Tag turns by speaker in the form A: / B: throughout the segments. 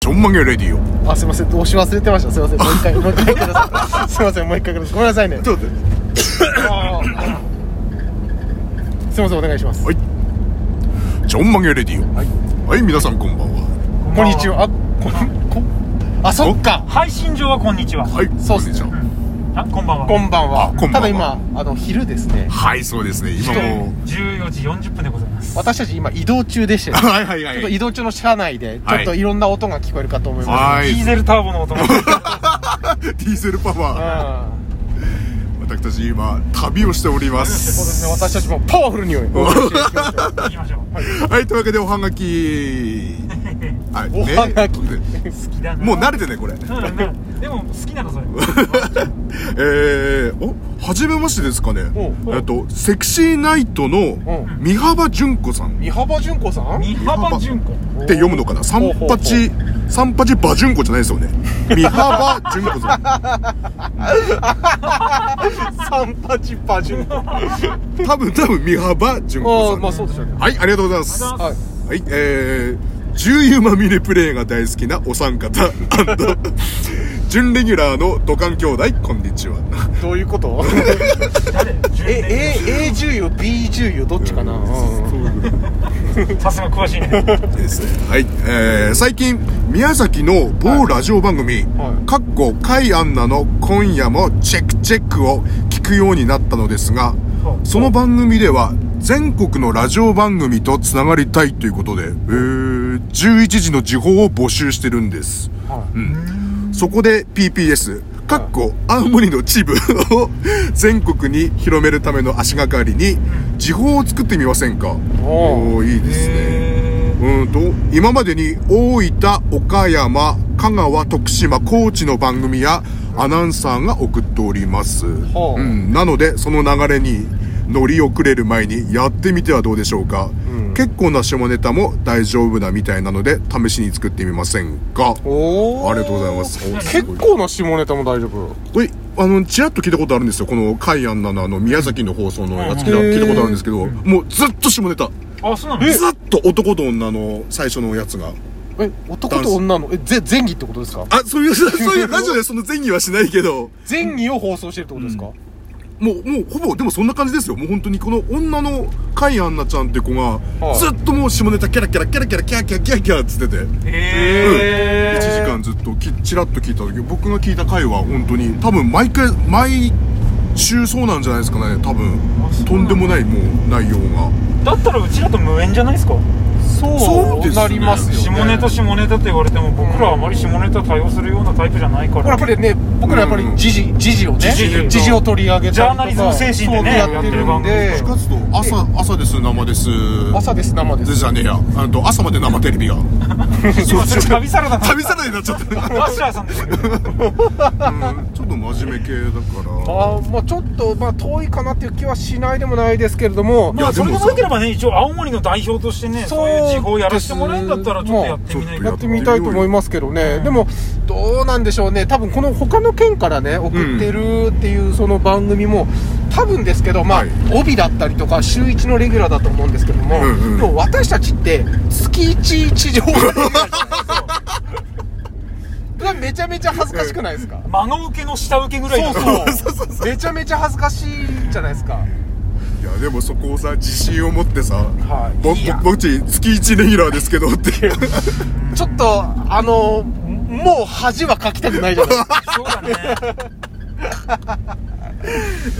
A: ちょんまげレディオ
B: あすいません押し忘れてましたすいませんもう一回もう一回くだ さいすいませんもう一回くださいごめんなさいね
A: ちょっと待って
B: あーすいませんお願いします
A: はいちょんまげレディオ
B: はい
A: はい皆さんこんばんは
B: こんにちはあこんこあそっか
C: 配信上はこんにちは
A: はい
B: そうっすね
A: こんにちは
C: あこんばんは
B: こんばんは
A: あこんばんは
B: ただ今あの昼ですね
A: はいそうですね今も
C: 14時40分でございます
B: 私たち今移動中でして、
A: うはいはいは
B: ちょっと
A: い
B: 移動中の車内でちょ
A: はい
B: っといろんな音が聞こえるかと思います、
A: は
C: ディー
A: い
C: ゼルターボの音が
A: ディーゼルパワ
B: うん
A: ー私たち今旅をしておりま
B: そうですすね私たちもパワフルにお送りしていきましょう
C: 行きましょう
A: はいというわけでおはがきはい
B: おはがき
A: ね
C: 好きだ な
A: もう慣れてねこれ
C: うんうんでも好きなのそれ
A: えー、お初めましてですかね
B: おう
A: えっとセクシーナイトの
B: ん
A: 三幅純子さん
B: 三幅純子さん
C: 三幅純子
A: って読むのかな三
B: ほうほうほう
A: 八三八馬純子じゃないですよね三幅純子さん
B: 三八八純子
A: 多分多分三幅純子
B: あ
A: さ
B: あ
A: ん
B: まあそうでしょうね
A: はいありがとうございます
C: ありがとうございま
B: はい
A: はいえー重油まみれプレイが大好きなお三方 準レギュラーの土管兄弟こんにちは
B: どういうこと
C: 誰
B: え
C: 純烈
B: A A 重油 B 重油どっちかな、うん
A: そういうこと
C: さすが詳しいね
A: ですねはい、えー、最近宮崎の某ラジオ番組「
B: はい
A: かっこ甲斐アンナの今夜もチェックチェック」を聞くようになったのですが
C: そう
A: その番組では全国のラジオ番組とつながりたいということで、えー、11時の時報を募集してるんです
B: はい
A: そこで PPS かっこ青森の秩父 を全国に広めるための足がかりに時報を作ってみませんかおおーいいですね
C: え
A: うーんと今までに大分岡山香川徳島高知の番組やアナウンサーが送っております、
B: はあ
A: うん、なのでその流れに乗り遅れる前にやってみてはどうでしょうか、
B: うん
A: 結構な下ネタも大丈夫なみたいなので試しに作ってみませんか
B: おお
A: ありがとうございますお
B: 結構な下ネタも大丈夫
A: これあのちらっと聞いたことあるんですよこの甲斐アンナのあの宮崎の放送のやつ
B: うん
A: 聞いたことあるんですけどもうずっと下ネタ
C: ーあそうなの
A: ずっと男と女の最初のやつが
B: え男と女のえぜ前儀ってことですか
A: あ、そういう、そういうラジオでその前儀はしないけど、
B: 前儀を放送してるってことですか、
A: もう、もうほぼ、でもそんな感じですよ。もう本当にこの女の甲斐アンナちゃんって子が、
B: はい
A: ずっともう下ネタキャラキャラキャラキャラキャーキャーキャーキャーっつってて、1
C: えー
A: 時間ずっとき、ちらっと聞いた時、僕が聞いた回は本当に、多分毎回、毎週そうなんじゃないですかね、多分
C: あそ。う
A: と
C: なん
A: ん
C: だ
A: でもないもう内容が。
C: だったらうちらと無縁じゃないですか
A: そうですね
B: なりますよ、ね、
C: 下ネタ下ネタって言われても僕らはあまり下ネタ対応するようなタイプじゃないか
B: これや
C: ら
B: っぱりね僕らやっぱり時事時事をね
C: 時事
B: 時事を取り上げたりとか
C: ジャーナリズム精神でね
B: そうやってるん
C: や
B: で
A: 就活動、朝、朝です、生です。
B: 朝です生で
A: ですじゃねえや。あと、朝まで生テレビが。
C: 今それ旅サラダ
A: 旅サラダになっちゃった。
C: ダッシャーさんですよ
A: うんちょっと真面目系だから。
B: あーまあちょっとまあ遠いかなっていう気はしないでもないですけれども
A: いや
C: まあそれ
A: でも
C: こ
A: さ
C: そよければね一応青森の代表としてね
B: そ
C: そうういう地方やらせてもらえんだったらちょっとやってみない
A: まあ
B: や
C: か
B: ってみたいと思いますけどねでもどうなんでしょうね多分この他の県からね送ってるっていうその番組も多分ですけどまあ
A: はい
B: 帯だったりとか週1のレギュラーだと思うんですけども
A: うんうん
B: でも私たちって月1地上波レギュラー じゃないですかめちゃめちゃ恥ずかしくないですか
C: 間の受けの下請けぐらい
B: そ
C: の
B: うそう めちゃめちゃ恥ずかしいじゃないですか
A: いやでもそこをさ自信を持ってさ、
B: はい
A: ぼ
B: いや
A: ぼ僕ち月1レギュラーですけどって いう
B: ちょっとあのもう恥はかきたくないじゃないですか
C: そうだね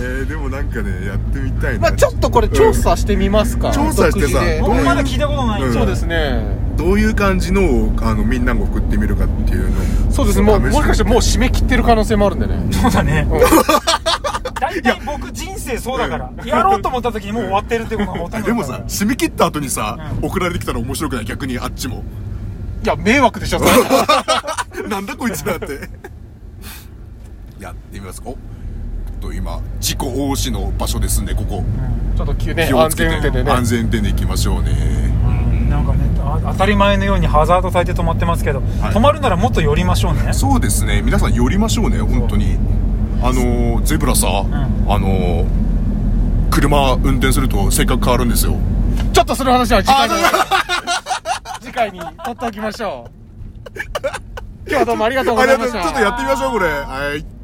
A: えー、でもなんかねやってみたい
B: ま
A: な、
B: あちょっとこれ調査してみますか
A: 調査してさ
B: 独自で
A: どう
C: 僕
A: いう
C: まだ聞いたことない
A: うん
B: そうですすね。
A: どういう感じのをあのみんなが送ってみるかっていうの
B: そうですね。もう、
A: 試
B: も
A: て
B: しかしてもう締め切ってる可能性もあるんでね。
C: そうだね
B: ん
C: 大体僕人生そうだからやろうと思った時にもう終わってるってことがほとんどだから
A: でもさ締め切った後にさ、
C: う
A: 送られてきたら面白くない逆にあっち も
B: いや、迷惑で しょ、それ。
A: なんだこいつらって やってみますかおと今事故多しの場所ですんでここ
B: ちょっと急ね、
A: 気を
B: 安
A: つけて
B: 全運転でね。
A: 安全運転で行きましょうね
C: うんなんかねあ当たり前のようにハザード焚いて止まってますけど
A: い
C: 止まるならもっと寄りましょうね
A: そうですね皆さん寄りましょうね本当にあのーゼブラさ、あのー車運転すると性格変わるんですよ
B: ちょっとその話は次回に。次回に取っておきましょう。今日はどうもありがとうご
A: あ
B: ざ
A: りが
B: いま
A: とう。ち
B: し
A: ょ
B: た。
A: っとやってみましょう、これ。はい。